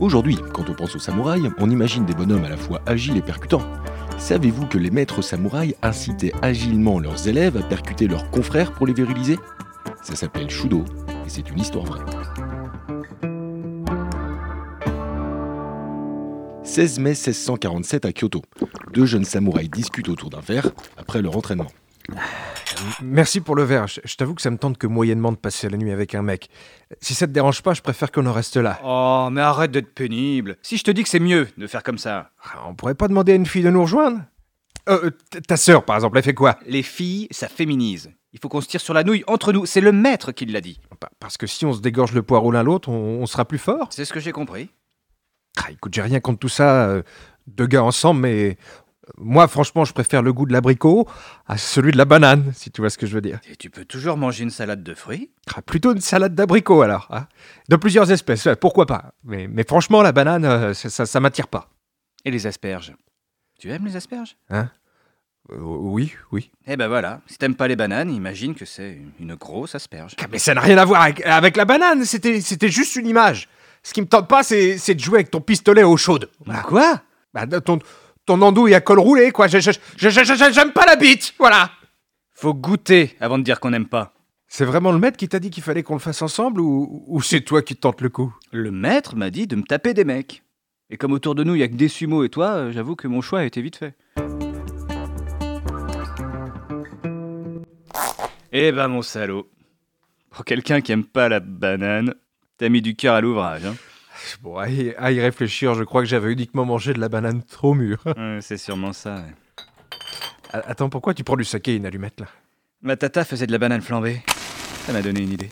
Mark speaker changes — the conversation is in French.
Speaker 1: Aujourd'hui, quand on pense aux samouraïs, on imagine des bonhommes à la fois agiles et percutants. Savez-vous que les maîtres samouraïs incitaient agilement leurs élèves à percuter leurs confrères pour les viriliser Ça s'appelle Shudo, et c'est une histoire vraie. 16 mai 1647 à Kyoto. Deux jeunes samouraïs discutent autour d'un verre après leur entraînement.
Speaker 2: Merci pour le verre. Je, je t'avoue que ça me tente que moyennement de passer la nuit avec un mec. Si ça te dérange pas, je préfère qu'on en reste là.
Speaker 3: Oh, mais arrête d'être pénible. Si je te dis que c'est mieux de faire comme ça.
Speaker 2: Ah, On pourrait pas demander à une fille de nous rejoindre Euh, t- ta sœur, par exemple, elle fait quoi
Speaker 3: Les filles, ça féminise. Il faut qu'on se tire sur la nouille entre nous. C'est le maître qui l'a dit.
Speaker 2: Pa- Bah, Parce que si on se dégorge le poireau l'un l'autre, on, on sera plus fort.
Speaker 3: C'est ce que j'ai compris.
Speaker 2: Ah, écoute, j'ai rien contre tout ça, euh, deux gars ensemble, mais euh, moi, franchement, je préfère le goût de l'abricot à celui de la banane, si tu vois ce que je veux dire.
Speaker 3: Et tu peux toujours manger une salade de fruits
Speaker 2: Ah, plutôt une salade d'abricot, alors. hein. de plusieurs espèces, ouais, pourquoi pas. Mais, mais franchement, la banane, euh, ça, ça, ça m'attire pas.
Speaker 3: et les asperges. Tu aimes les asperges
Speaker 2: Euh, oui, oui.
Speaker 3: Eh ben voilà, si t'aimes pas les bananes, imagine que c'est une grosse asperge.
Speaker 2: Ah, Mais ça n'a rien à voir avec, avec la banane, c'était c'était juste une image. Ce qui me tente pas, c'est c'est de jouer avec ton pistolet à eau chaude. Voilà.
Speaker 3: Quoi
Speaker 2: Bah, de- ton, ton andouille à col roulé, quoi. Je- je- je- je- je- J'aime pas la bite, voilà.
Speaker 3: Faut goûter avant de dire qu'on n'aime pas.
Speaker 2: C'est vraiment le maître qui t'a dit qu'il fallait qu'on le fasse ensemble ou, ou c'est toi qui tentes le coup
Speaker 3: Le maître m'a dit de me taper des mecs. Et comme autour de nous, il y a que des sumos et toi, euh, j'avoue que mon choix a été vite fait. Eh ben mon salaud. Pour quelqu'un qui aime pas la banane, t'as mis du cœur à l'ouvrage. Hein
Speaker 2: Bon, à y, à y réfléchir, je crois que j'avais uniquement mangé de la banane trop mûre.
Speaker 3: Ouais, c'est sûrement ça. ouais.
Speaker 2: A- Attends, pourquoi tu prends du saké et une allumette là
Speaker 3: Ma tata faisait de la banane flambée. Ça m'a donné une idée.